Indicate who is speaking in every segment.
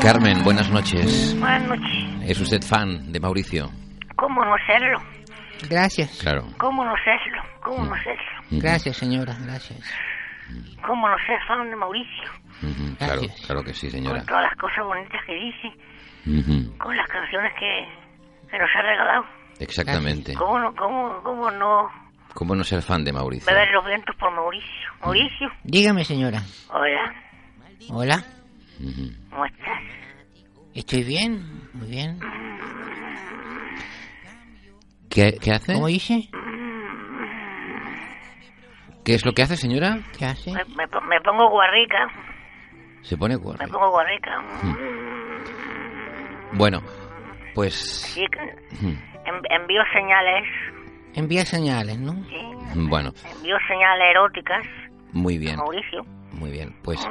Speaker 1: Carmen, buenas noches.
Speaker 2: Buenas noches.
Speaker 1: ¿Es usted fan de Mauricio?
Speaker 2: ¿Cómo no serlo?
Speaker 3: Gracias.
Speaker 1: Claro.
Speaker 2: ¿Cómo no serlo? ¿Cómo no serlo?
Speaker 3: Gracias, señora. Gracias.
Speaker 2: ¿Cómo no ser fan de Mauricio?
Speaker 1: Ujú, Claro,
Speaker 3: Gracias.
Speaker 1: claro que sí,
Speaker 2: Con
Speaker 1: señora.
Speaker 2: todas las cosas bonitas que dice,
Speaker 1: Ujú,
Speaker 2: con las canciones que, que nos ha regalado.
Speaker 1: Exactamente.
Speaker 2: ¿Cómo no, cómo, cómo no
Speaker 1: ¿Cómo no ser fan de Mauricio?
Speaker 2: beber los vientos por Mauricio? Mauricio,
Speaker 3: Dígame, señora.
Speaker 2: hola,
Speaker 3: Hola.
Speaker 1: Ujú.
Speaker 2: ¿cómo estás?
Speaker 3: Estoy bien. Muy bien.
Speaker 1: ¿Qué, qué hace?
Speaker 3: ¿Cómo dice?
Speaker 1: ¿Qué es lo que hace, señora?
Speaker 3: ¿Qué hace?
Speaker 2: Me, me po- me pongo guarrica,
Speaker 1: Se pone
Speaker 2: me
Speaker 1: guarri-
Speaker 2: pongo guarrica. Mm,
Speaker 1: Bueno, pues...
Speaker 2: Sí, que- en- envío señales,
Speaker 3: Envía señales, ¿no?
Speaker 2: sí,
Speaker 1: Bueno,
Speaker 2: envío señales eróticas
Speaker 1: muy
Speaker 2: a
Speaker 1: bien,
Speaker 2: Mauricio. Mm,
Speaker 1: muy bien. Pues...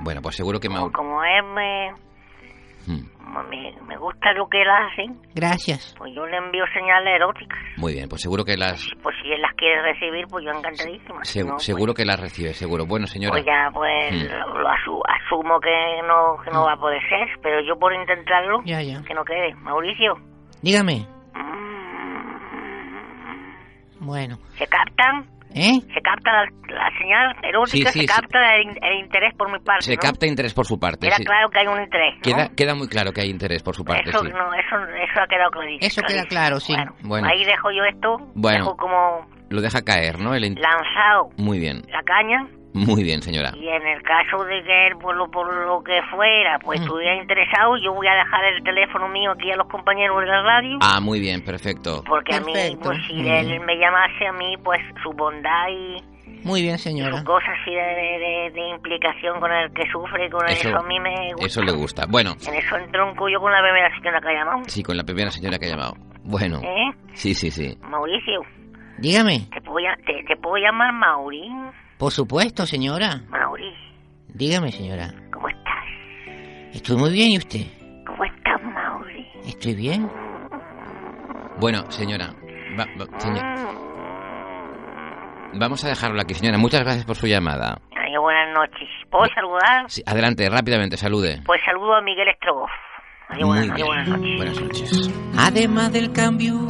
Speaker 1: Bueno, pues seguro que Mauricio...
Speaker 2: Como él me, me, me gusta lo que él hace,
Speaker 3: Gracias.
Speaker 2: pues yo le envío señales eróticas.
Speaker 1: Muy bien, pues seguro que las...
Speaker 2: Pues si él las quiere recibir, pues yo encantadísima.
Speaker 1: se-
Speaker 2: Si no,
Speaker 1: seguro que las recibe, seguro. Bueno, señora... Mm.
Speaker 2: Pues ya, pues lo, lo asu- asumo que no, que no va a poder ser, pero yo por intentarlo,
Speaker 3: Ya, ya.
Speaker 2: que no quede. Mauricio,
Speaker 3: Dígame. Bueno.
Speaker 2: ¿se captan?
Speaker 3: ¿Eh?
Speaker 2: ¿Se capta la, la señal erótica?
Speaker 1: Sí, sí,
Speaker 2: ¿Se
Speaker 1: sí.
Speaker 2: capta El, in- el interés por mi parte?
Speaker 1: Se
Speaker 2: ¿no?
Speaker 1: capta interés por su parte.
Speaker 2: Queda
Speaker 1: sí.
Speaker 2: claro que hay un interés. ¿no?
Speaker 1: Queda, queda muy claro que hay interés por su parte,
Speaker 2: eso,
Speaker 1: sí.
Speaker 2: no, eso, eso ha quedado clarito.
Speaker 3: Eso queda claro, sí.
Speaker 2: Bueno,
Speaker 1: Bueno.
Speaker 2: ahí dejo yo esto.
Speaker 1: Bueno.
Speaker 2: Dejo como
Speaker 1: Lo deja caer, ¿no? El in-
Speaker 2: lanzado
Speaker 1: Muy bien,
Speaker 2: la caña.
Speaker 1: muy bien, señora.
Speaker 2: Y en el caso de que él, por lo, por lo que fuera, pues
Speaker 3: Mm.
Speaker 2: estuviera interesado, yo voy a dejar el teléfono mío aquí a los compañeros de la radio.
Speaker 1: Ah, muy bien, perfecto.
Speaker 2: porque a mí,
Speaker 3: perfecto.
Speaker 2: pues si
Speaker 3: Muy
Speaker 2: él
Speaker 3: bien.
Speaker 2: me llamase a mí, pues su bondad y
Speaker 3: Muy bien,
Speaker 2: su
Speaker 3: señora.
Speaker 2: cosa así de, de- de- de implicación con el que sufre, con eso,
Speaker 1: Eso-
Speaker 2: a mí me gusta.
Speaker 1: Eso le gusta. Bueno,
Speaker 2: En eso entronco yo con la primera señora que ha llamado.
Speaker 1: sí, con la primera señora que ha llamado. Bueno,
Speaker 2: ¿Eh?
Speaker 1: sí, sí, sí.
Speaker 2: Mauricio,
Speaker 3: Dígame.
Speaker 2: ¿te puedo, lla- te, te puedo llamar Mauri?
Speaker 3: Por supuesto, señora.
Speaker 2: Mauri,
Speaker 3: Dígame, señora.
Speaker 2: ¿cómo estás?
Speaker 3: Estoy muy bien, ¿y usted?
Speaker 2: ¿Cómo estás, Mauri?
Speaker 3: Estoy bien.
Speaker 1: Bueno, señora. va- va- señor-
Speaker 2: Mm,
Speaker 1: Vamos a dejarlo aquí, señora. Muchas gracias por su llamada.
Speaker 2: Ay, buenas noches. ¿Puedo saludar?
Speaker 1: Sí, adelante, rápidamente, salude.
Speaker 2: Pues saludo a Miguel Estrogoff. Adiós,
Speaker 1: Muy
Speaker 2: buenas- adiós, buenas noches.
Speaker 1: bien. Buenas noches.
Speaker 3: Además del cambio